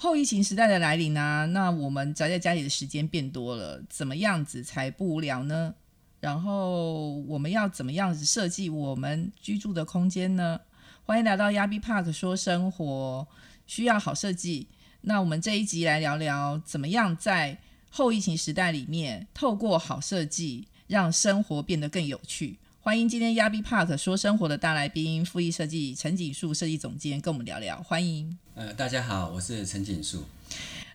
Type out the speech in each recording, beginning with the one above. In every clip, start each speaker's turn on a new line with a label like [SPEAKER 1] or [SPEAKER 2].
[SPEAKER 1] 后疫情时代的来临啊，那我们宅在家里的时间变多了，怎么样子才不无聊呢？然后我们要怎么样子设计我们居住的空间呢？欢迎来到 Yabi Park 说生活，需要好设计。那我们这一集来聊聊，怎么样在后疫情时代里面，透过好设计，让生活变得更有趣。欢迎今天 Yabi Park 说生活的大来宾，复艺设计陈景树设计总监，跟我们聊聊。欢迎。
[SPEAKER 2] 呃，大家好，我是陈景树。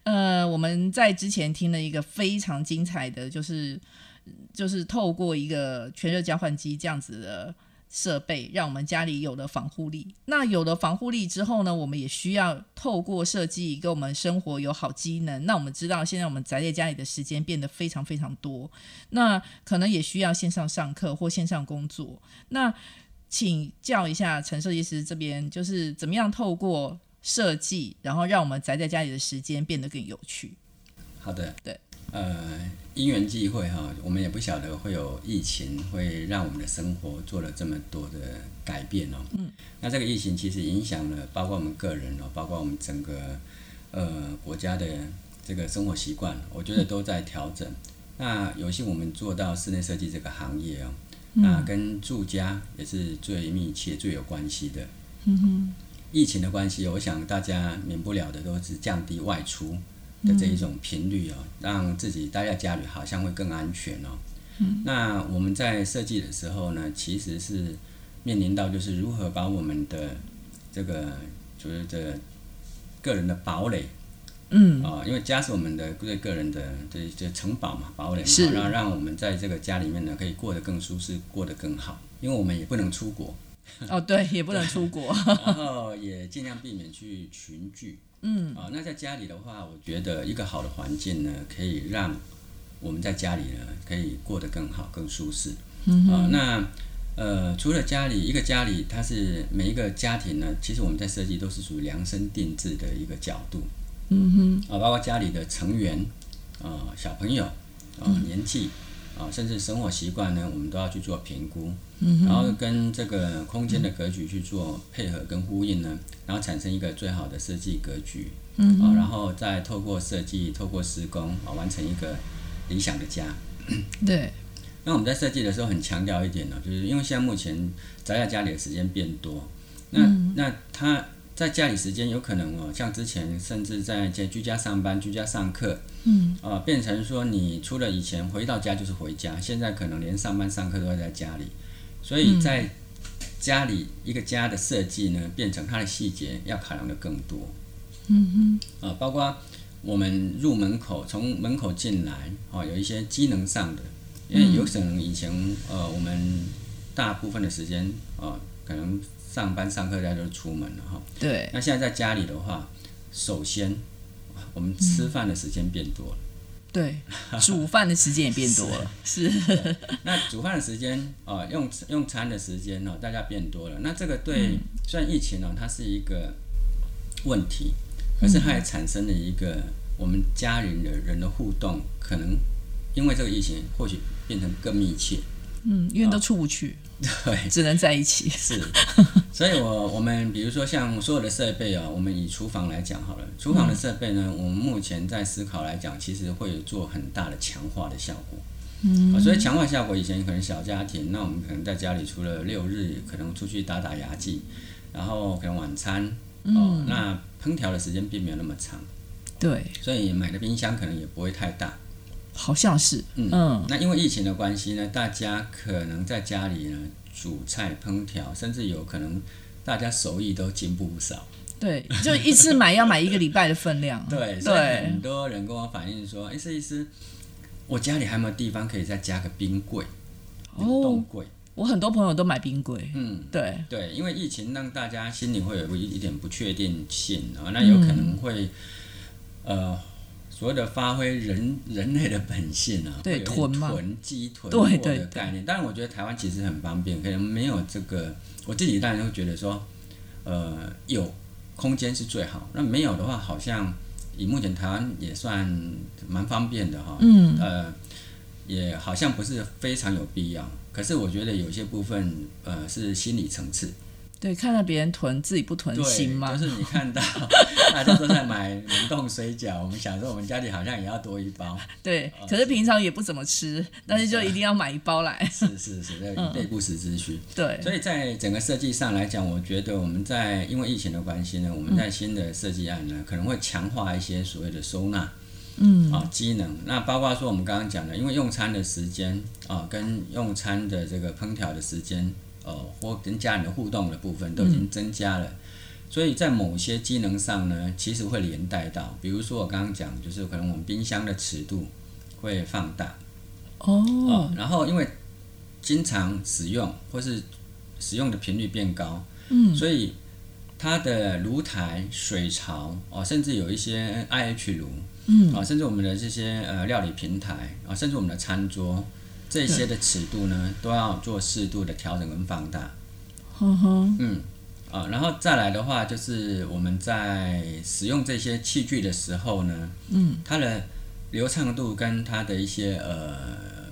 [SPEAKER 1] 呃，我们在之前听了一个非常精彩的，就是就是透过一个全热交换机这样子的设备，让我们家里有了防护力。那有了防护力之后呢，我们也需要透过设计给我们生活有好机能。那我们知道，现在我们宅在家里的时间变得非常非常多，那可能也需要线上上课或线上工作。那请教一下陈设计师这边，就是怎么样透过设计，然后让我们宅在家里的时间变得更有趣。
[SPEAKER 2] 好的，
[SPEAKER 1] 对，
[SPEAKER 2] 呃，因缘际会哈、我们也不晓得会有疫情，会让我们的生活做了这么多的改变哦。嗯，那这个疫情其实影响了包括我们个人哦，包括我们整个呃国家的这个生活习惯，我觉得都在调整。那有幸我们做到室内设计这个行业哦，那跟住家也是最密切、最有关系的。疫情的关系，我想大家免不了的都是降低外出的这一种频率哦，让自己待在家里好像会更安全哦。那我们在设计的时候呢，其实是面临到就是如何把我们的这个就是这个个人的堡垒，嗯，啊、因为家是我们的对个人的这这城堡嘛，堡垒嘛
[SPEAKER 1] 是，
[SPEAKER 2] 让让我们在这个家里面呢可以过得更舒适，过得更好，因为我们也不能出国，
[SPEAKER 1] 哦，对，也不能出国。
[SPEAKER 2] 然后也尽量避免去群聚。嗯，啊、那在家里的话，我觉得一个好的环境呢，可以让我们在家里呢可以过得更好、更舒适。嗯，啊、那呃，除了家里，一个家里它是每一个家庭呢，其实我们在设计都是属于量身定制的一个角度。嗯哼，啊、包括家里的成员，啊、小朋友，啊、年纪，啊、甚至生活习惯呢，我们都要去做评估。然后跟这个空间的格局去做配合跟呼应呢，然后产生一个最好的设计格局，嗯，啊，然后再透过设计，透过施工啊，完成一个理想的家。
[SPEAKER 1] 对，
[SPEAKER 2] 那我们在设计的时候很强调一点呢、就是因为现在目前宅在家里的时间变多，那、那他在家里时间有可能哦，像之前甚至在在居家上班、居家上课，嗯，呃，变成说你除了以前回到家就是回家，现在可能连上班上课都要在家里，所以在家里一个家的设计呢，变成它的细节要考量的更多，嗯哼，啊、包括我们入门口从门口进来，哦，有一些机能上的。因为有可能以前呃，我们大部分的时间呃，可能上班上课大家都出门了哈。
[SPEAKER 1] 对，
[SPEAKER 2] 那现在在家里的话，首先啊我们吃饭的时间变多了，
[SPEAKER 1] 对，煮饭的时间也变多 了，是，
[SPEAKER 2] 那煮饭的时间呃，用用餐的时间哦，大家变多了。那这个对，虽然疫情呢、它是一个问题，可是它也产生了一个我们家人的人的互动，可能因为这个疫情，或许变成更密切。
[SPEAKER 1] 嗯，因为都出不去，
[SPEAKER 2] 对，
[SPEAKER 1] 只能在一起。
[SPEAKER 2] 是， 所以我我们比如说像所有的设备啊，我们以厨房来讲好了，厨房的设备呢，我们目前在思考来讲，其实会有做很大的强化的效果。嗯、所以强化效果以前可能小家庭，那我们可能在家里除了六日可能出去打打牙祭，然后可能晚餐，哦，那烹调的时间并没有那么长，
[SPEAKER 1] 对，
[SPEAKER 2] 所以买的冰箱可能也不会太大。
[SPEAKER 1] 好像是，嗯，
[SPEAKER 2] 那因为疫情的关系呢，大家可能在家里呢煮菜、烹调，甚至有可能大家手艺都进步不少。
[SPEAKER 1] 对，就一次买要买一个礼拜的分量。
[SPEAKER 2] 对，所
[SPEAKER 1] 嗯
[SPEAKER 2] 以
[SPEAKER 1] 对
[SPEAKER 2] 很，多人跟我反映说：“哎，设计师，我家里还有没有地方可以再加个冰柜、冷冻
[SPEAKER 1] 哦，
[SPEAKER 2] 柜
[SPEAKER 1] 我很多朋友都买冰柜。
[SPEAKER 2] 嗯，
[SPEAKER 1] 对，？”
[SPEAKER 2] 对，因为疫情让大家心里会有一一点不确定性啊、哦，那有可
[SPEAKER 1] 嗯
[SPEAKER 2] 能会、呃。所谓的发挥人 人类的本性啊，
[SPEAKER 1] 对
[SPEAKER 2] 会有点
[SPEAKER 1] 囤嘛
[SPEAKER 2] 囤积囤
[SPEAKER 1] 对
[SPEAKER 2] 货
[SPEAKER 1] 对对
[SPEAKER 2] 的概念。但是我觉得台湾其实很方便，可能没有这个，我自己当然会觉得说，呃，有空间是最好。那没有的话，好像以目前台湾也算蛮方便的哈、嗯。呃，也好像不是非常有必要。可是我觉得有些部分，呃，是心理层次。
[SPEAKER 1] 对，看到别人囤，自己不囤心
[SPEAKER 2] 对，
[SPEAKER 1] 嘛
[SPEAKER 2] 就。是你看到大家都在买冷冻水饺，我们想说我们家里好像也要多一包。
[SPEAKER 1] 对，
[SPEAKER 2] 啊
[SPEAKER 1] 可是平常也不怎么吃，但是就一定要买一包来。
[SPEAKER 2] 是是是，对，备不时之需。
[SPEAKER 1] 对，
[SPEAKER 2] 所以在整个设计上来讲，我觉得我们在因为疫情的关系呢，我们在新的设计案呢，可能会强化一些所谓的收纳，嗯，啊、机能。那包括说我们刚刚讲的，因为用餐的时间啊、跟用餐的这个烹调的时间，呃，或跟家人的互动的部分都已经增加了。所以在某些机能上呢，其实会连带到，比如说我刚刚讲，就是可能我们冰箱的尺度会放大，
[SPEAKER 1] 哦，
[SPEAKER 2] 然后因为经常使用或是使用的频率变高，所以它的炉台、水槽哦，甚至有一些 IH 炉，嗯，哦，甚至我们的这些呃料理平台啊、哦，甚至我们的餐桌这些的尺度呢，都要做适度的调整跟放大。
[SPEAKER 1] 哼哼，
[SPEAKER 2] 啊，然后再来的话，就是我们在使用这些器具的时候呢，嗯，它的流畅度跟它的一些呃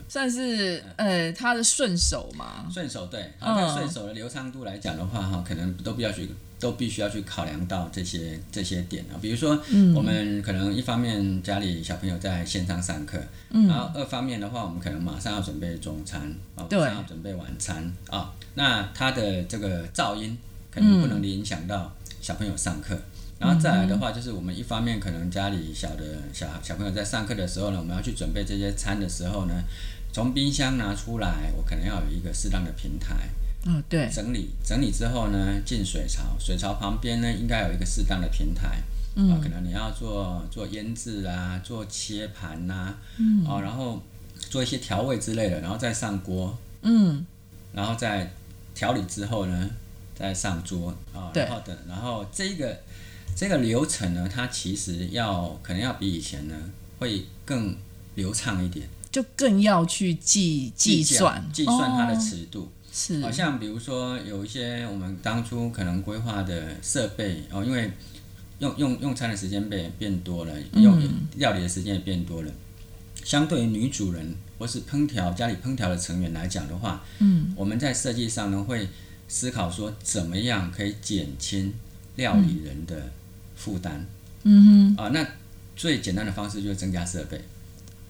[SPEAKER 1] 算是呃他的顺手嘛。
[SPEAKER 2] 顺手对，
[SPEAKER 1] 嗯
[SPEAKER 2] 好在顺手的流畅度来讲的话，哈，可能都必要去都必须要去考量到这些这些点啊。比如说，我们可能一方面家里小朋友在线上上课，然后二方面的话，我们可能马上要准备中餐啊，马
[SPEAKER 1] 对
[SPEAKER 2] 上要准备晚餐啊，那它的这个噪音可能不能影响到小朋友上课。然后再来的话，就是我们一方面可能家里小的小小朋友在上课的时候呢，我们要去准备这些餐的时候呢，从冰箱拿出来，我可能要有一个适当的平台
[SPEAKER 1] 嗯，对，
[SPEAKER 2] 整理，整理之后呢，进水槽，水槽旁边呢应该有一个适当的平台。
[SPEAKER 1] 嗯
[SPEAKER 2] 啊，可能你要做做腌制啊，做切盘呐、啊，嗯，哦，然后做一些调味之类的，然后再上锅，
[SPEAKER 1] 嗯，
[SPEAKER 2] 然后再调理之后呢，再上桌啊，
[SPEAKER 1] 对
[SPEAKER 2] 然后等，然后这个这个流程呢，它其实要可能要比以前呢会更流畅一点，
[SPEAKER 1] 就更要去计计
[SPEAKER 2] 较
[SPEAKER 1] 算，
[SPEAKER 2] 计算它的
[SPEAKER 1] 哦
[SPEAKER 2] 尺度。
[SPEAKER 1] 是
[SPEAKER 2] 好、像比如说有一些我们当初可能规划的设备哦，因为用用用餐的时间变变多了，用料理的时间也变多了。相对于女主人或是烹调家里烹调的成员来讲的话，嗯，我们在设计上呢会思考说怎么样可以减轻料理人的负担。嗯哼，啊、那最简单的方式就是增加设备。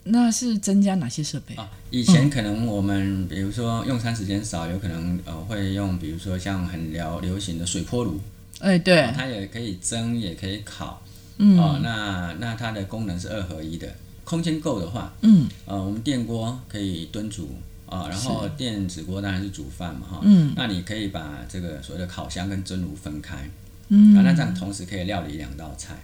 [SPEAKER 1] 那是增加哪些设备？
[SPEAKER 2] 啊，以前可能我们比如说用餐时间少，有可能呃会用，比如说像很流流行的水波炉，
[SPEAKER 1] 哎，对，
[SPEAKER 2] 它也可以蒸，也可以烤，
[SPEAKER 1] 嗯
[SPEAKER 2] 哦，那那它的功能是二合一的。空间够的话，
[SPEAKER 1] 嗯，
[SPEAKER 2] 呃，我们电锅可以炖煮啊、然后电子锅当然是煮饭嘛哈，
[SPEAKER 1] 嗯，
[SPEAKER 2] 那你可以把这个所谓的烤箱跟蒸炉分开，嗯，啊，那这样同时可以料理两道菜。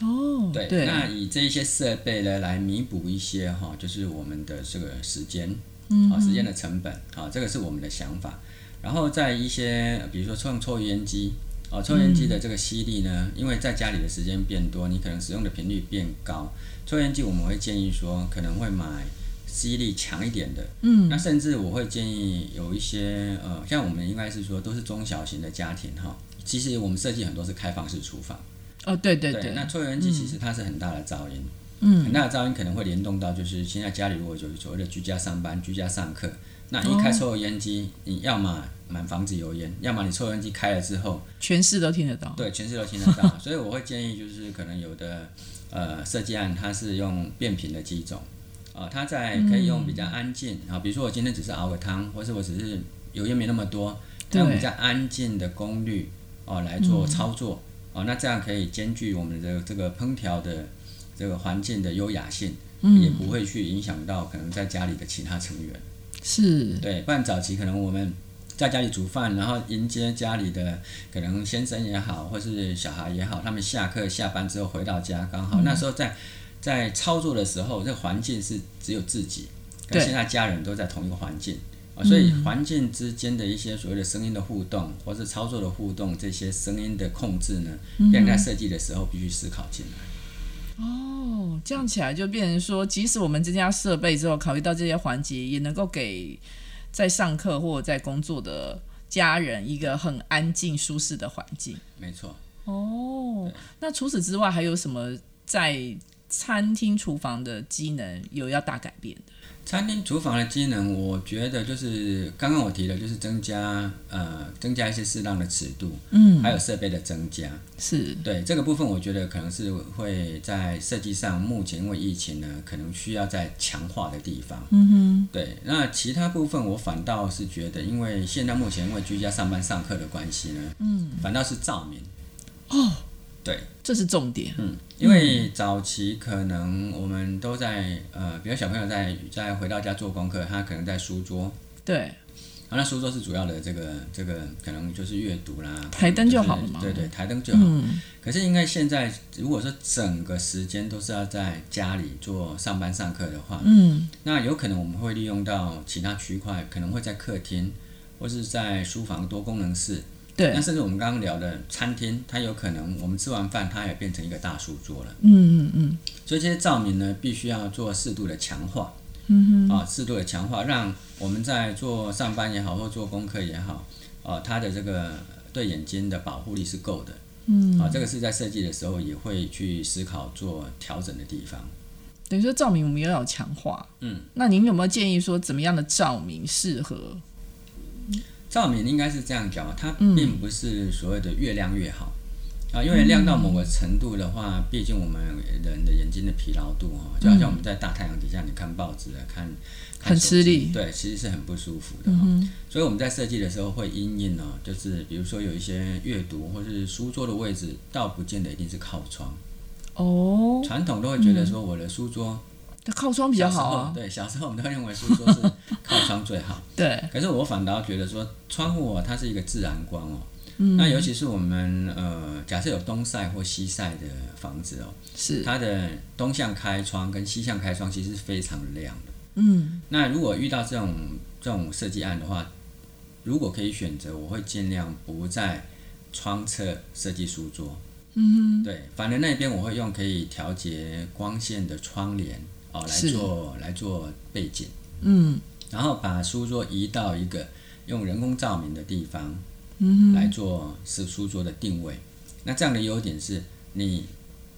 [SPEAKER 1] 哦，
[SPEAKER 2] 嗯对，那以这一些设备呢，来弥补一些哈、就是我们的这个时间，嗯，啊、时间的成本，啊、这个是我们的想法。然后在一些，比如说像抽油烟机，哦，抽油烟机的这个吸力呢，因为在家里的时间变多，你可能使用的频率变高，抽油烟机我们会建议说，可能会买吸力强一点的，嗯，那甚至我会建议有一些呃，像我们应该是说都是中小型的家庭哈、其实我们设计很多是开放式厨房。
[SPEAKER 1] 哦，对对
[SPEAKER 2] 对，
[SPEAKER 1] 对
[SPEAKER 2] 那，抽油烟机其实它是很大的噪音，嗯，很大的噪音可能会联动到就是现在家里如果有所谓的居家上班、居家上课，那一开抽油烟机，你要么满房子油烟，要么你抽油烟机开了之后，
[SPEAKER 1] 全市都听得到。
[SPEAKER 2] 对，全市都听得到，所以我会建议就是可能有的呃设计案它是用变频的机种，啊、它在可以用比较安静啊、比如说我今天只是熬个汤，或是我只是油烟没那么多，
[SPEAKER 1] 对嗯
[SPEAKER 2] 用比较安静的功率哦、来做操作哦、那这样可以兼具我们的这个烹调的这个环境的优雅性，
[SPEAKER 1] 嗯
[SPEAKER 2] 也不会去影响到可能在家里的其他成员。
[SPEAKER 1] 是，
[SPEAKER 2] 对，不然早期可能我们在家里煮饭，然后迎接家里的可能先生也好，或是小孩也好，他们下课下班之后回到家，刚好、那时候在在操作的时候，这个环境是只有自己跟
[SPEAKER 1] 对
[SPEAKER 2] 现在家人都在同一个环境。啊，所以环境之间的一些所谓的声音的互动，或是操作的互动，这些声音的控制呢，变成在设计的时候必须思考进来。
[SPEAKER 1] 哦，这样起来就变成说，即使我们增加设备之后，考虑到这些环节，也能够给在上课或者在工作的家人一个很安静、舒适的环境。
[SPEAKER 2] 没错，
[SPEAKER 1] 哦，那除此之外还有什么在餐厅厨房的机能有要大改变的？
[SPEAKER 2] 餐厅厨房的机能，我觉得就是刚刚我提的，就是增加呃增加一些适当的尺度，嗯，还有设备的增加，
[SPEAKER 1] 是
[SPEAKER 2] 对这个部分，我觉得可能是会在设计上，目前因为疫情呢，可能需要在强化的地方。嗯哼，对。那其他部分，我反倒是觉得，因为现在目前因为居家上班上课的关系呢，嗯，反倒是照明。
[SPEAKER 1] 哦，
[SPEAKER 2] 对，
[SPEAKER 1] 这是重点。
[SPEAKER 2] 嗯，因为早期可能我们都在呃，比如小朋友在在回到家做功课，他可能在书桌，
[SPEAKER 1] 对，
[SPEAKER 2] 啊，那书桌是主要的这个这个可能就是阅读啦，
[SPEAKER 1] 台灯就好了嘛嗯
[SPEAKER 2] 嘛。对对，啊台灯就好。可是应该现在如果说整个时间都是要在家里做上班上课的话，
[SPEAKER 1] 嗯，
[SPEAKER 2] 那有可能我们会利用到其他区块，可能会在客厅或是在书房多功能室，那
[SPEAKER 1] 对，
[SPEAKER 2] 甚至我们刚刚聊的餐厅，它有可能我们吃完饭它也变成一个大书桌了。
[SPEAKER 1] 嗯嗯嗯，
[SPEAKER 2] 所以这些照明呢，必须要做适度的强化，
[SPEAKER 1] 嗯
[SPEAKER 2] 啊，适度的强化，让我们在做上班也好，或做功课也好，啊，它的这个对眼睛的保护力是够的，嗯，啊，这个是在设计的时候也会去思考做调整的地方。
[SPEAKER 1] 等于说照明我们也要强化。
[SPEAKER 2] 嗯，
[SPEAKER 1] 那您有没有建议说怎么样的照明适合？
[SPEAKER 2] 照明应该是这样讲啊，它
[SPEAKER 1] 嗯
[SPEAKER 2] 并不是所谓的越亮越好。啊，因为亮到某个程度的话，毕竟我们人的眼睛的疲劳度哦，就好像我们在大太阳底下，你看报纸啊，看
[SPEAKER 1] 很吃力嗯
[SPEAKER 2] 对，其实是很不舒服的、哦。所以我们在设计的时候会因应哦，就是比如说有一些阅读或是书桌的位置，倒不见得一定是靠窗。
[SPEAKER 1] 哦，
[SPEAKER 2] 传统都会觉得说我的书桌
[SPEAKER 1] 靠窗嗯比较好
[SPEAKER 2] 小时候
[SPEAKER 1] 啊。
[SPEAKER 2] 对，小时候我们都认为书桌是靠窗最好。
[SPEAKER 1] 对，
[SPEAKER 2] 可是我反倒觉得说，窗户哦，它是一个自然光哦。那尤其是我们呃，假设有东晒或西晒的房子哦，
[SPEAKER 1] 是，
[SPEAKER 2] 它的东向开窗跟西向开窗其实是非常亮的。
[SPEAKER 1] 嗯，
[SPEAKER 2] 那如果遇到这种这种设计案的话，如果可以选择，我会尽量不在窗侧设计书桌。嗯对，反正那边我会用可以调节光线的窗帘哦来
[SPEAKER 1] 是
[SPEAKER 2] 做来做背景。
[SPEAKER 1] 嗯，
[SPEAKER 2] 然后把书桌移到一个用人工照明的地方，嗯，来做是书桌的定位。那这样的优点是你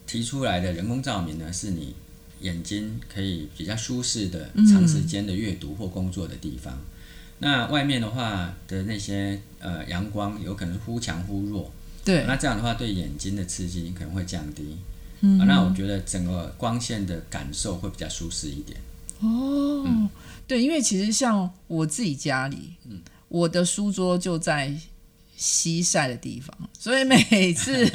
[SPEAKER 2] 提出来的人工照明呢，是你眼睛可以比较舒适的长时间的阅读或工作的地方。那外面的话的那些呃阳光有可能是忽强忽弱，
[SPEAKER 1] 对，
[SPEAKER 2] 那这样的话对眼睛的刺激可能会降低。嗯、那我觉得整个光线的感受会比较舒适一点。
[SPEAKER 1] 哦，对，因为其实像我自己家里，
[SPEAKER 2] 嗯
[SPEAKER 1] 我的书桌就在西晒的地方，所以每 次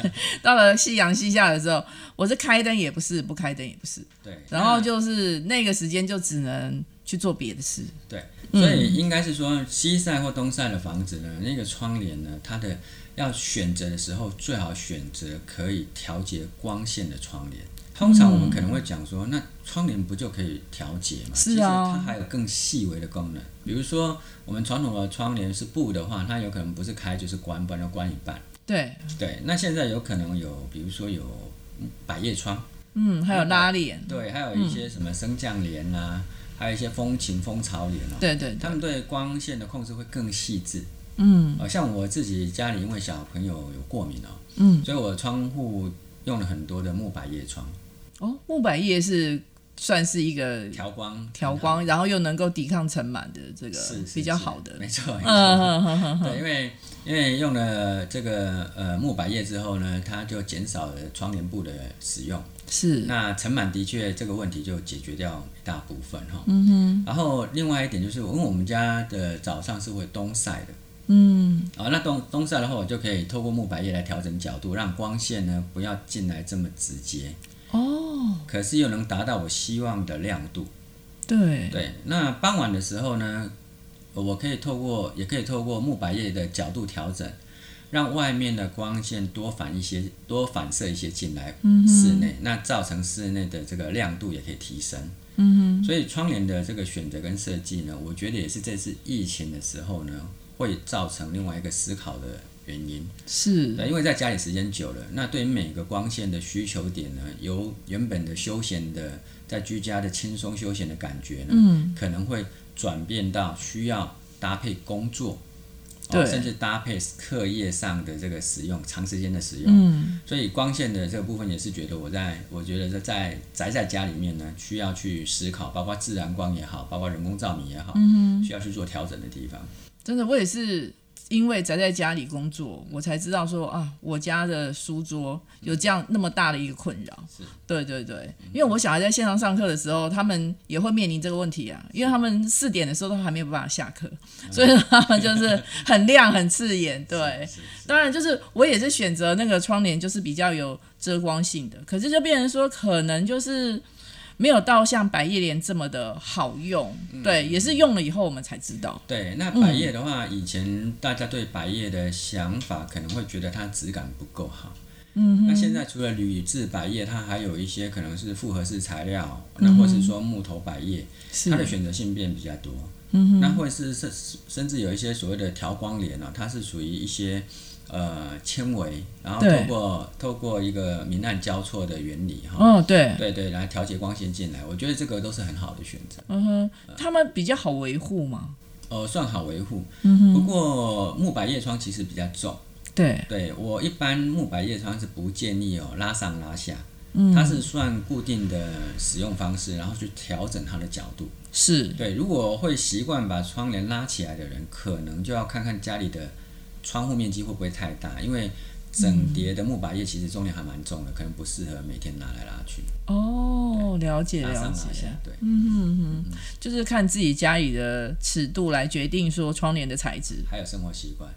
[SPEAKER 1] 到了夕阳西下的时候，我是开灯也不是，不开灯也不是，
[SPEAKER 2] 对，
[SPEAKER 1] 然后就是那个时间就只能去做别的事。
[SPEAKER 2] 对，
[SPEAKER 1] 嗯
[SPEAKER 2] 所以应该是说西晒或东晒的房子呢，那个窗帘呢，它的要选择的时候，最好选择可以调节光线的窗帘。
[SPEAKER 1] 嗯
[SPEAKER 2] 通常我们可能会讲说，那窗帘不就可以调节吗？
[SPEAKER 1] 是啊
[SPEAKER 2] 其实它还有更细微的功能，比如说我们传统的窗帘是布的话，它有可能不是开就是关，不然就关一半。
[SPEAKER 1] 对，
[SPEAKER 2] 对，那现在有可能有，比如说有百叶窗。
[SPEAKER 1] 嗯，还有拉链，
[SPEAKER 2] 对，还有一些什么升降帘啦、还有一些风琴、蜂巢帘啊、
[SPEAKER 1] 对对对
[SPEAKER 2] 他们对光线的控制会更细致。嗯，呃，像我自己家里因为小朋友有过敏哦，嗯，所以我窗户用了很多的木百叶窗，
[SPEAKER 1] 哦，木百叶是算是一个
[SPEAKER 2] 调光
[SPEAKER 1] 调光，然后又能够抵抗尘螨的这个
[SPEAKER 2] 是是
[SPEAKER 1] 比较
[SPEAKER 2] 是
[SPEAKER 1] 好的。
[SPEAKER 2] 没错，没错
[SPEAKER 1] 嗯嗯 嗯
[SPEAKER 2] 对，因为因为用了这个呃木百叶之后呢，它就减少了窗帘布的使用。
[SPEAKER 1] 是，
[SPEAKER 2] 那尘螨的确这个问题就解决掉一大部分哈。嗯哼。然后另外一点就是，因为我们家的早上是会东晒的。嗯。啊、那东东晒的话，我就可以透过木百叶来调整角度，让光线呢不要进来这么直接，
[SPEAKER 1] 哦，
[SPEAKER 2] 可是又能达到我希望的亮度。
[SPEAKER 1] 对，
[SPEAKER 2] 对。那傍晚的时候呢，我可以透过也可以透过木百叶的角度调整。让外面的光线多反一些，多反射一些进来室内，那造成室内的这个亮度也可以提升。嗯哼，所以窗帘的这个选择跟设计呢，我觉得也是这次疫情的时候呢，会造成另外一个思考的原因。
[SPEAKER 1] 是，
[SPEAKER 2] 呃对，因为在家里时间久了，那对每个光线的需求点呢，由原本的休闲的在居家的轻松休闲的
[SPEAKER 1] 嗯
[SPEAKER 2] 感觉呢，可能会转变到需要搭配工作。哦
[SPEAKER 1] 对
[SPEAKER 2] 甚至搭配课业上的这个使用，长时间的使用，
[SPEAKER 1] 嗯，
[SPEAKER 2] 所以光线的这个部分也是觉得我在，我觉得是在宅在家里面呢，需要去思考，包括自然光也好，包括人工照明也好，嗯、需要去做调整的地方。
[SPEAKER 1] 真的，我也是因为宅在家里工作，我才知道说啊，我家的书桌有这样那么大的一个困扰。
[SPEAKER 2] 嗯是，嗯
[SPEAKER 1] 对对对，因为我小孩在线上上课的时候，他们也会面临这个问题
[SPEAKER 2] 嗯
[SPEAKER 1] 啊，因为他们四点的时候都还没有办法下课，所以他们就是很亮很刺眼。对，
[SPEAKER 2] 是是
[SPEAKER 1] 当然，就是我也是选择那个窗帘，就是比较有遮光性的。可是就变成说，可能就是没有到像百叶帘这么的好用。
[SPEAKER 2] 嗯
[SPEAKER 1] 对，也是用了以后我们才知道。
[SPEAKER 2] 对，那百叶的话，以前大家对百叶的想法可能会觉得它质感不够好。嗯，那现在除了铝制百叶，它还有一些可能是复合式材料，那或是说木头百叶，
[SPEAKER 1] 是
[SPEAKER 2] 它的选择性变比较多。嗯那或者是甚甚至有一些所谓的调光帘哦，它是属于一些呃纤维，然后
[SPEAKER 1] 对
[SPEAKER 2] 透过透过一个明暗交错的原理哈、
[SPEAKER 1] 哦，对，
[SPEAKER 2] 对对，来调节光线进来，我觉得这个都是很好的选择。
[SPEAKER 1] 嗯哼，他们比较好维护嘛。
[SPEAKER 2] 呃，算好维护。嗯、不过木百叶窗其实比较重，
[SPEAKER 1] 对，
[SPEAKER 2] 对我一般木百叶窗是不建议哦拉上拉下，它是算固定的使用方式，然后去调整它的角度。
[SPEAKER 1] 是，
[SPEAKER 2] 对，如果会习惯把窗帘拉起来的人，可能就要看看家里的窗户面积会不会太大，因为整叠的木百叶其实重量还蛮重的，可能不适合每天拿来拉去，
[SPEAKER 1] 哦，了解
[SPEAKER 2] 拉
[SPEAKER 1] 了
[SPEAKER 2] 上
[SPEAKER 1] 解嗯
[SPEAKER 2] 拉。下。对，
[SPEAKER 1] 就是看自己家里的尺度来决定说窗帘的材质。
[SPEAKER 2] 还有生活习惯。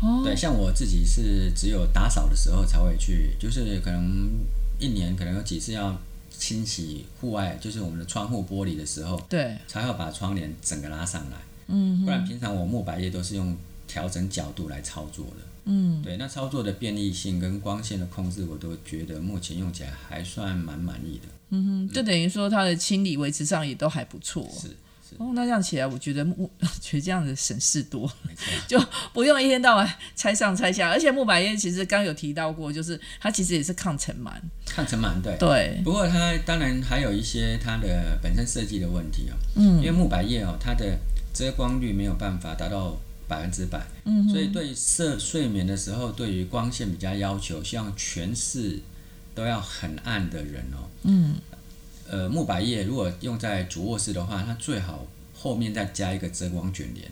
[SPEAKER 1] 哦，
[SPEAKER 2] 对，像我自己是只有打扫的时候才会去，就是可能一年可能有几次要清洗户外，就是我们的窗户玻璃的时候，
[SPEAKER 1] 对，
[SPEAKER 2] 才要把窗帘整个拉上来。嗯，不然平常我木百叶都是用调整角度来操作的。嗯，对，那操作的便利性跟光线的控制，我都觉得目前用起来还算蛮满意的。
[SPEAKER 1] 嗯，就等于说它的清理维持上也都还不错。
[SPEAKER 2] 是是，
[SPEAKER 1] 哦，那这样起来，我觉得木 觉得这样子省事多，
[SPEAKER 2] 没错，
[SPEAKER 1] 就不用一天到晚拆上拆下。而且木百叶其实刚有提到过，就是它其实也是抗尘螨，
[SPEAKER 2] 看成蛮对。
[SPEAKER 1] 对，
[SPEAKER 2] 不过它当然还有一些它的本身设计的问题哦，嗯，因为木百叶哦，它的遮光率没有办法达到百分之百，嗯，所以对睡睡眠的时候，对于光线比较要求，希望全室都要很暗的人哦，嗯，呃，木百叶如果用在主卧室的话，它最好后面再加一个遮光卷帘，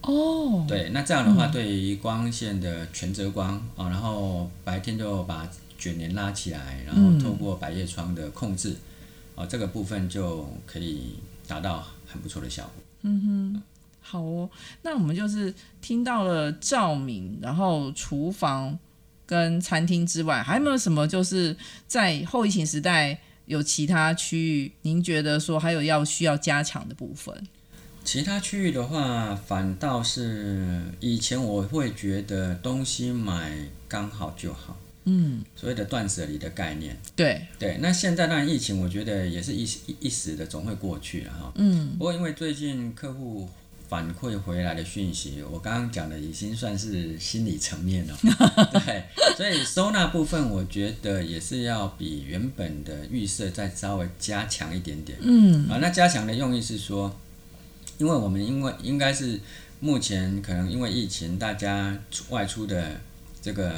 [SPEAKER 1] 哦，
[SPEAKER 2] 对，那这样的话，对于光线的全遮光哦，然后白天就把卷帘拉起来，然后透过百叶窗的控制，哦，这个部分就可以达到很不错的效果。
[SPEAKER 1] 好哦。那我们就是听到了照明，然后厨房跟餐厅之外，还有没有什么就是在后疫情时代有其他区域，您觉得说还有要需要加强的部分？
[SPEAKER 2] 其他区域的话，反倒是以前我会觉得东西买刚好就好，嗯，所谓的断舍离的概念。
[SPEAKER 1] 对，
[SPEAKER 2] 对，那现在当然疫情，我觉得也是一时一一时的，总会过去了哈。嗯。不过因为最近客户反馈回来的讯息，我刚刚讲的已经算是心理层 面了。对，所以收纳部分，我觉得也是要比原本的预设再稍微加强一点点。嗯。啊，那加强的用意是说，因为我们因为应该是目前可能因为疫情，大家出外出的这个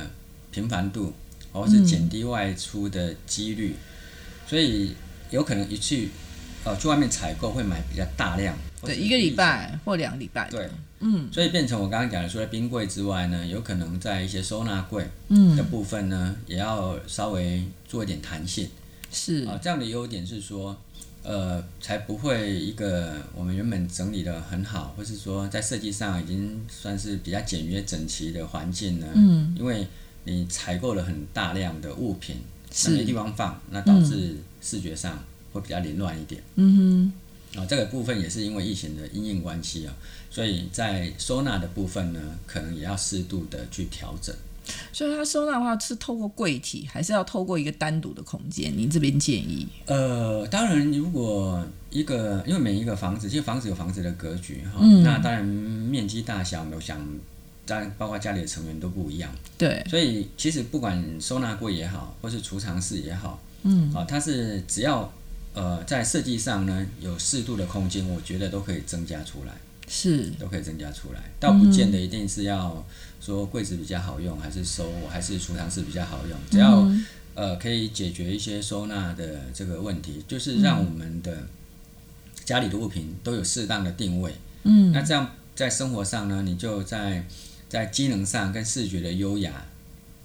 [SPEAKER 2] 频繁度。或是减低外出的几率，所以有可能一去呃去外面采购会买比较大量，或
[SPEAKER 1] 对，
[SPEAKER 2] 是
[SPEAKER 1] 一个礼拜或两个礼拜。
[SPEAKER 2] 对，嗯，所以变成我刚刚讲的，除了冰柜之外呢，有可能在一些收纳柜的部分呢，也要稍微做一点弹性
[SPEAKER 1] 是
[SPEAKER 2] 啊、这样的优点是说。呃，才不会一个我们原本整理的很好，或是说在设计上已经算是比较简约整齐的环境呢。嗯，因为你采购了很大量的物品，那没地
[SPEAKER 1] 是，
[SPEAKER 2] 方放，那导致视觉上会比较凌乱一点。
[SPEAKER 1] 嗯
[SPEAKER 2] 啊、这个部分也是因为疫情的因应关系啊、所以在收纳的部分呢，可能也要适度的去调整。
[SPEAKER 1] 哼，所以它收纳的话是透过柜体，还是要透过一个单独的空间？您这边建议？
[SPEAKER 2] 呃，当然，如果一个因为每一个房子，其实房子有房子的格局哈、
[SPEAKER 1] 嗯
[SPEAKER 2] 那当然面积大小，我想，当然包括家里的成员都不一样。
[SPEAKER 1] 对，
[SPEAKER 2] 所以其实不管收纳柜也好，或是储藏室也好，嗯，啊、它是只要呃在设计上呢有适度的空间，我觉得都可以增加出来。
[SPEAKER 1] 是
[SPEAKER 2] 都可以增加出来，倒不见得一定是要说柜子比较好用，还是收还是储藏室比较好用，只要、呃可以解决一些收纳的这个问题，就是让我们的家里的物品都有适当的定位。嗯，那这样在生活上呢，你就在在机能上跟视觉的优雅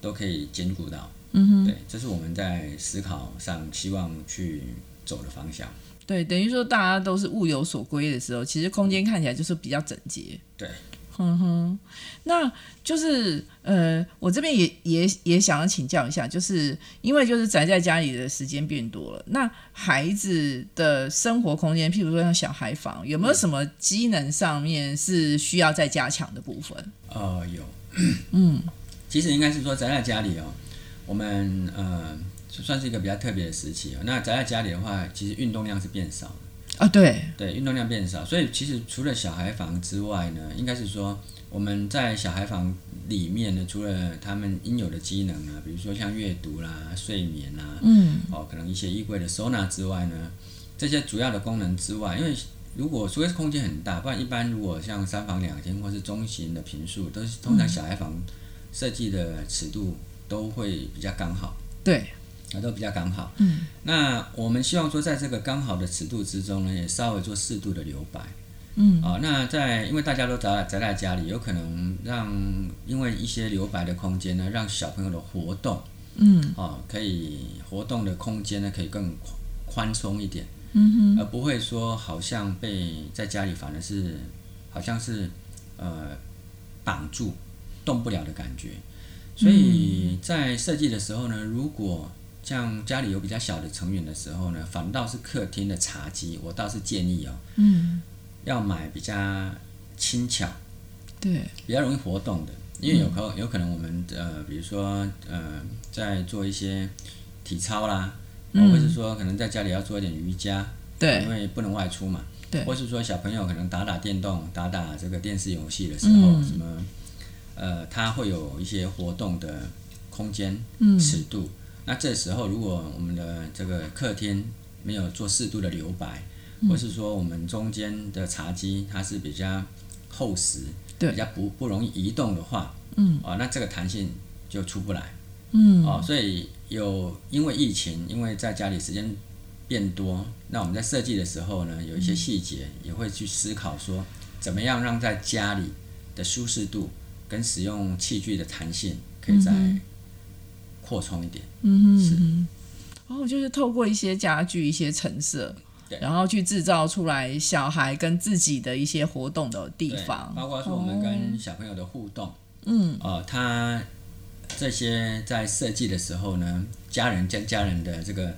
[SPEAKER 2] 都可以兼顾到。嗯哼，对，这是我们在思考上希望去走的方向。
[SPEAKER 1] 对，等于说大家都是物有所归的时候，其实空间看起来就是比较整洁。
[SPEAKER 2] 对，
[SPEAKER 1] 哼哼，那就是呃，我这边也也也想要请教一下，就是因为就是宅在家里的时间变多了，那孩子的生活空间，譬如说像小孩房，有没有什么机能上面是需要再加强的部分？
[SPEAKER 2] 呃， 有，嗯，其实应该是说宅在家里哦，我们呃算是一个比较特别的时期哦。那宅在家里的话，其实运动量是变少的，
[SPEAKER 1] 啊，对，
[SPEAKER 2] 对，运动量变少，所以其实除了小孩房之外呢，应该是说我们在小孩房里面呢，除了他们应有的机能啊，比如说像阅读啦、睡眠啦，嗯，哦，可能一些衣柜的收纳之外呢，这些主要的功能之外，因为如果除非是空间很大，不然一般如果像三房两厅或是中型的平数，都是通常小孩房设计的尺度都会比较刚好。
[SPEAKER 1] 对，
[SPEAKER 2] 啊，都比较刚好。嗯，那我们希望说，在这个刚好的尺度之中呢，也稍微做适度的留白。嗯，啊、那在因为大家都宅宅在家里，有可能让因为一些留白的空间呢，让小朋友的活动，嗯，哦，可以活动的空间呢，可以更宽宽松一点，嗯哼，而不会说好像被在家里反而是好像是呃绑住动不了的感觉。所以在设计的时候呢，如果像家里有比较小的成员的时候呢，反倒是客厅的茶几，我倒是建议哦，嗯，要买比较轻巧、
[SPEAKER 1] 对，
[SPEAKER 2] 比较容易活动的，因为
[SPEAKER 1] 嗯
[SPEAKER 2] 有可有可能我们呃，比如说呃，在做一些体操啦，
[SPEAKER 1] 嗯
[SPEAKER 2] 或者是说可能在家里要做一点瑜伽，
[SPEAKER 1] 对
[SPEAKER 2] 因，为不能外出嘛，
[SPEAKER 1] 对
[SPEAKER 2] 或是说小朋友可能打打电动、打打这个电视游戏的时候，
[SPEAKER 1] 嗯
[SPEAKER 2] 什么呃，他会有一些活动的空间、
[SPEAKER 1] 嗯
[SPEAKER 2] 尺度。那这时候，如果我们的这个客厅没有做适度的留白，
[SPEAKER 1] 嗯
[SPEAKER 2] 或是说我们中间的茶几它是比较厚实，
[SPEAKER 1] 对
[SPEAKER 2] 比较不不容易移动的话，
[SPEAKER 1] 嗯，
[SPEAKER 2] 哦，那这个弹性就出不来，
[SPEAKER 1] 嗯，
[SPEAKER 2] 哦，所以有因为疫情，因为在家里时间变多，那我们在设计的时候呢，有
[SPEAKER 1] 嗯
[SPEAKER 2] 一些细节也会去思考说，怎么样让在家里的舒适度跟使用器具的弹性可以
[SPEAKER 1] 嗯
[SPEAKER 2] 再扩充一点。
[SPEAKER 1] 哦，就是透过一些家具、一些陈设
[SPEAKER 2] 对，
[SPEAKER 1] 然后去制造出来小孩跟自己的一些活动的地
[SPEAKER 2] 对
[SPEAKER 1] 方，
[SPEAKER 2] 包括说我们
[SPEAKER 1] 哦
[SPEAKER 2] 跟小朋友的互动，嗯，呃，他这些在设计的时候呢，家人跟家人的这个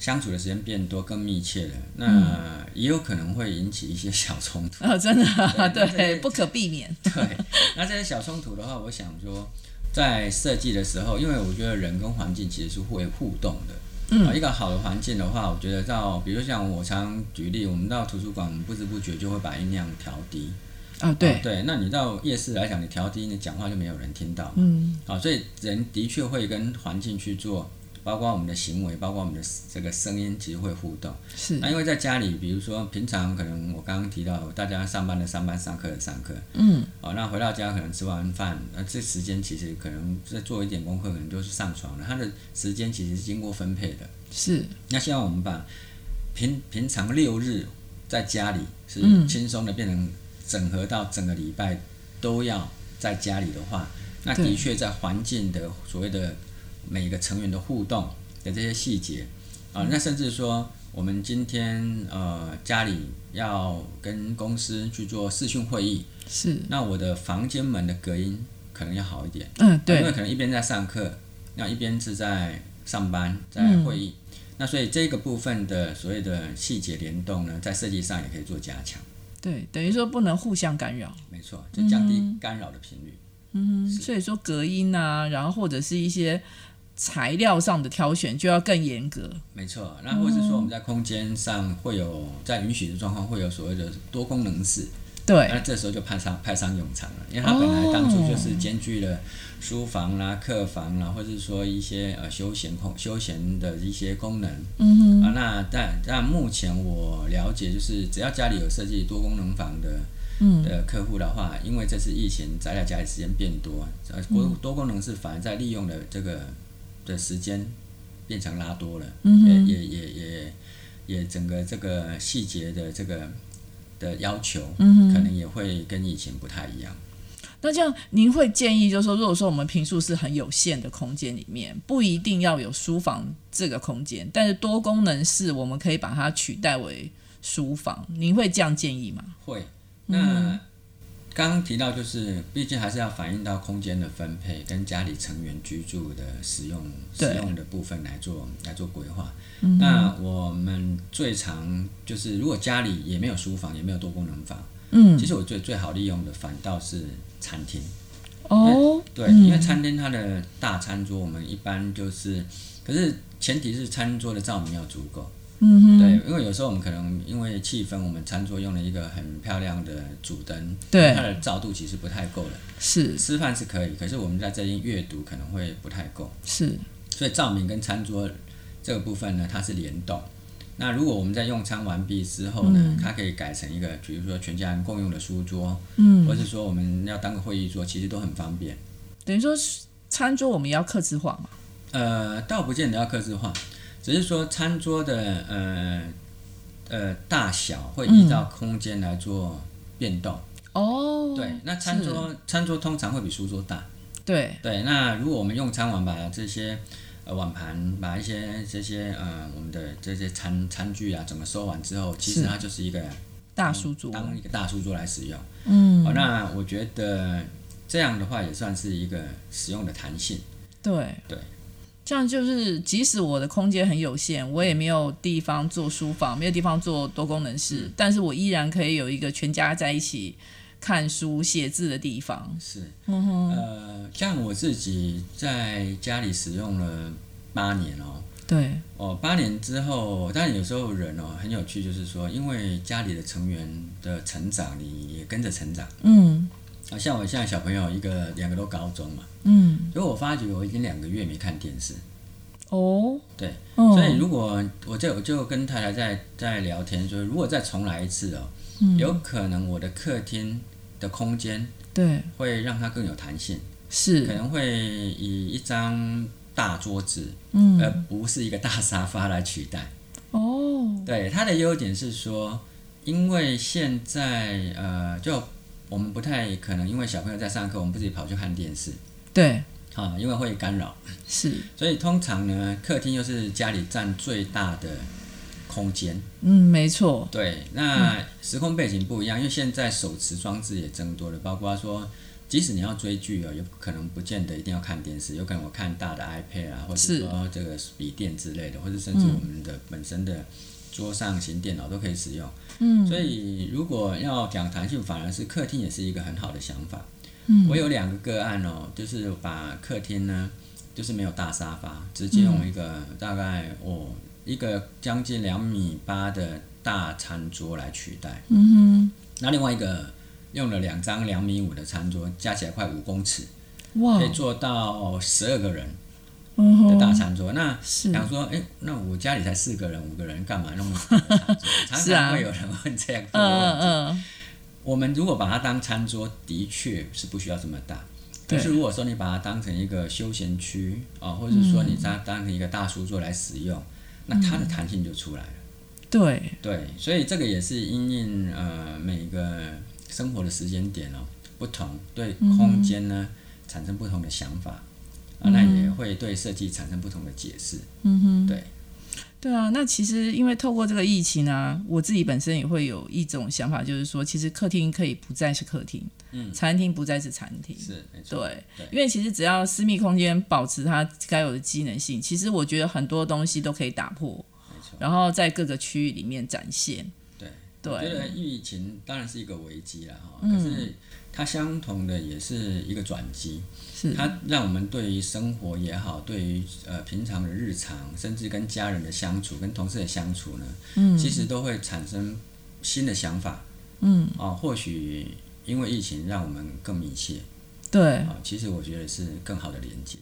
[SPEAKER 2] 相处的时间变多、更密切了，
[SPEAKER 1] 嗯
[SPEAKER 2] 那也有可能会引起一些小冲突。
[SPEAKER 1] 啊，真的啊，对，
[SPEAKER 2] 对那这个
[SPEAKER 1] 不可避免，
[SPEAKER 2] 对，那这些小冲突的话，我想说，在设计的时候，因为我觉得人跟环境其实是会互动的。嗯，一个好的环境的话，我觉得到，比如像我常举例，我们到图书馆，我们不知不觉就会把音量调低。
[SPEAKER 1] 啊，对
[SPEAKER 2] 哦，对，那你到夜市来讲，你调低，你讲话就没有人听到。嗯，好、所以人的确会跟环境去做，包括我们的行为，包括我们的这个声音，其实会互动。
[SPEAKER 1] 是
[SPEAKER 2] 那因为在家里，比如说平常可能我刚刚提到，大家上班的上班，上课的上课，嗯，哦，那回到家可能吃完饭，那、这时间其实可能再做一点功课，可能就是上床了。他的时间其实是经过分配的。
[SPEAKER 1] 是，
[SPEAKER 2] 那希望我们把平平常六日在家里是轻松的，变成整合到整个礼拜都要在家里的话，那
[SPEAKER 1] 对
[SPEAKER 2] 的确在环境的所谓的每个成员的互动的这些细节啊，那甚至说我们今天呃家里要跟公司去做视讯会议，
[SPEAKER 1] 是，
[SPEAKER 2] 那我的房间门的隔音可能要好一点。
[SPEAKER 1] 嗯，
[SPEAKER 2] 因为
[SPEAKER 1] 对，
[SPEAKER 2] 可能一边在上课，那一边是在上班，在会议，那所以这个部分的所谓的细节联动呢，在设计上也可以做加强，
[SPEAKER 1] 对，等于说不能互相干扰，
[SPEAKER 2] 没错，就降低干扰的频率。
[SPEAKER 1] 嗯，所以说隔音啊，然后或者是一些材料上的挑选就要更严格，
[SPEAKER 2] 没错，那或是说我们在空间上会有在允许的状况会有所谓的多功能室，
[SPEAKER 1] 对，
[SPEAKER 2] 那这时候就派上派上用场了，因为它本来当初就是兼具了书房啦、客房啦，或是说一些呃休闲空休闲的一些功能。嗯啊，那但但目前我了解，就是只要家里有设计多功能房的的客户的话，因为这次疫情宅在家里时间变多，呃，多多功能是反而在利用的这个的时间变成拉多了，也也也也也整个这个细节的这个的要求，可能也会跟以前不太一样。
[SPEAKER 1] 那这样，您会建议，就是说，如果说我们平数是很有限的空间里面，不一定要有书房这个空间，但是多功能室我们可以把它取代为书房，您会这样建议吗？
[SPEAKER 2] 会，那刚刚提到就是，毕竟还是要反映到空间的分配跟家里成员居住的使用使
[SPEAKER 1] 对
[SPEAKER 2] 用的部分来做来做规划。那我们最常就是，如果家里也没有书房，也没有多功能房，嗯，其实我最最好利用的反倒是餐厅。
[SPEAKER 1] 哦，
[SPEAKER 2] 对，因为餐厅它的大餐桌，我们一般就是，可是前提是餐桌的照明要足够。嗯对，因为有时候我们可能因为气氛，我们餐桌用了一个很漂亮的主灯，
[SPEAKER 1] 对
[SPEAKER 2] 它的照度其实不太够了。
[SPEAKER 1] 是
[SPEAKER 2] 吃饭是可以，可是我们在这边阅读可能会不太够，
[SPEAKER 1] 是，
[SPEAKER 2] 所以照明跟餐桌这个部分呢，它是联动。那如果我们在用餐完毕之后呢，它可以改成一个，比如说全家人共用的书桌，嗯，或是说我们要当个会议桌，其实都很方便。
[SPEAKER 1] 等于说餐桌我们也要克制化嘛？
[SPEAKER 2] 呃，倒不见得要克制化，只是说餐桌的呃呃大小会依照空间来做变动。
[SPEAKER 1] 哦，
[SPEAKER 2] 对，那餐桌餐桌通常会比书桌大。
[SPEAKER 1] 对，
[SPEAKER 2] 对，那如果我们用餐碗把这些呃碗盘，把一些这些呃我们的这些餐餐具啊，整个收完之后，其实
[SPEAKER 1] 是
[SPEAKER 2] 它就是一个
[SPEAKER 1] 大书桌，
[SPEAKER 2] 嗯当一个大书桌来使用。嗯、哦，那我觉得这样的话也算是一个使用的弹性。
[SPEAKER 1] 对
[SPEAKER 2] 对，
[SPEAKER 1] 这样就是即使我的空间很有限，我也没有地方做书房，没有地方做多功能
[SPEAKER 2] 嗯
[SPEAKER 1] 室，但是我依然可以有一个全家在一起看书写字的地方。
[SPEAKER 2] 是，呃，像我自己在家里使用了八年哦，
[SPEAKER 1] 对，
[SPEAKER 2] 哦，八年之后，但有时候人哦很有趣，就是说，因为家里的成员的成长，你也跟着成长。
[SPEAKER 1] 嗯
[SPEAKER 2] 啊，像我现在小朋友一个两个都高中嘛，
[SPEAKER 1] 嗯，
[SPEAKER 2] 所以我发觉我已经两个月没看电视。
[SPEAKER 1] 哦，
[SPEAKER 2] 对，
[SPEAKER 1] 嗯
[SPEAKER 2] 所以如果我就我就跟太太在在聊天说，如果再重来一次哦，
[SPEAKER 1] 嗯
[SPEAKER 2] 有可能我的客厅的空间
[SPEAKER 1] 对，
[SPEAKER 2] 会让它更有弹性。可
[SPEAKER 1] 是，
[SPEAKER 2] 能会以一张大桌子，
[SPEAKER 1] 嗯，
[SPEAKER 2] 而不是一个大沙发来取代。
[SPEAKER 1] 哦，
[SPEAKER 2] 对，它的优点是说，因为现在呃，就我们不太可能，因为小朋友在上课，我们不自己跑去看电视
[SPEAKER 1] 对，
[SPEAKER 2] 啊，因为会干扰。
[SPEAKER 1] 是，
[SPEAKER 2] 所以通常呢，客厅又是家里占最大的空间。
[SPEAKER 1] 嗯，没错，
[SPEAKER 2] 对，那时空背景不一样，因为现在手持装置也增多了，包括说，即使你要追剧哦，有可能不见得一定要看电视，有可能我看大的 iPad 啊，或者
[SPEAKER 1] 是
[SPEAKER 2] 说这个笔电之类的，或者甚至我们的本身的桌上型电脑都可以使用。嗯，所以如果要讲弹性，反而是客厅也是一个很好的想法。嗯，我有两个个案哦，就是把客厅呢，就是没有大沙发，直接用一个大概哦一个将近两米八的大餐桌来取代。嗯哼。那另外一个用了两张两米五的餐桌，加起来快五公尺，
[SPEAKER 1] 哇
[SPEAKER 2] 可，以做到十二个人
[SPEAKER 1] 嗯
[SPEAKER 2] 的
[SPEAKER 1] 哼，
[SPEAKER 2] 大餐桌。那
[SPEAKER 1] 是，
[SPEAKER 2] 想说，哎、那我家里才四个人、五个人，干嘛弄那么大的餐桌？常
[SPEAKER 1] 是啊
[SPEAKER 2] 常会有人问这样子的问
[SPEAKER 1] 嗯
[SPEAKER 2] 题。
[SPEAKER 1] 嗯
[SPEAKER 2] 我们如果把它当餐桌，的确是不需要这么大。
[SPEAKER 1] 对
[SPEAKER 2] 但是如果说你把它当成一个休闲区啊、哦或者是说你把它当成一个大书桌来使用，那它的弹性就出来了。
[SPEAKER 1] 嗯，对，
[SPEAKER 2] 对，所以这个也是因应呃每个生活的时间点哦不同，对空间呢、
[SPEAKER 1] 嗯
[SPEAKER 2] 产生不同的想法啊，那也会对设计产生不同的解释。嗯哼，对，
[SPEAKER 1] 对啊，那其实因为透过这个疫情啊，我自己本身也会有一种想法，就是说，其实客厅可以不再是客厅，嗯，餐厅不再是餐厅，
[SPEAKER 2] 是没错。
[SPEAKER 1] 对
[SPEAKER 2] 对，
[SPEAKER 1] 因为其实只要私密空间保持它该有的机能性，其实我觉得很多东西都可以打破，然后在各个区域里面展现，
[SPEAKER 2] 对，我觉
[SPEAKER 1] 对，嗯
[SPEAKER 2] 得疫情当然是一个危机了哈，可是它相同的也是一个转机，
[SPEAKER 1] 是，
[SPEAKER 2] 它让我们对于生活也好，对于呃平常的日常，甚至跟家人的相处、跟同事的相处呢，嗯，其实都会产生新的想法，嗯，啊、或许因为疫情让我们更密切
[SPEAKER 1] 对，
[SPEAKER 2] 啊、其实我觉得是更好的连接，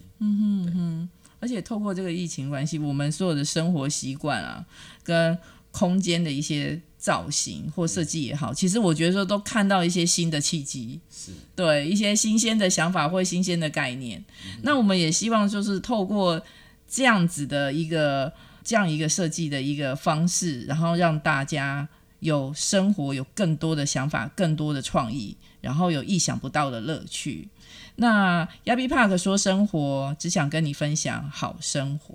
[SPEAKER 1] 而且透过这个疫情关系，我们所有的生活习惯啊，跟空间的一些造型或设计也好，其实我觉得说都看到一些新的契机，
[SPEAKER 2] 是
[SPEAKER 1] 对一些新鲜的想法或新鲜的概念。那我们也希望就是透过这样子的一个这样一个设计的一个方式，然后让大家有生活有更多的想法、更多的创意，然后有意想不到的乐趣。那 Yabi Park 说生活，只想跟你分享好生活。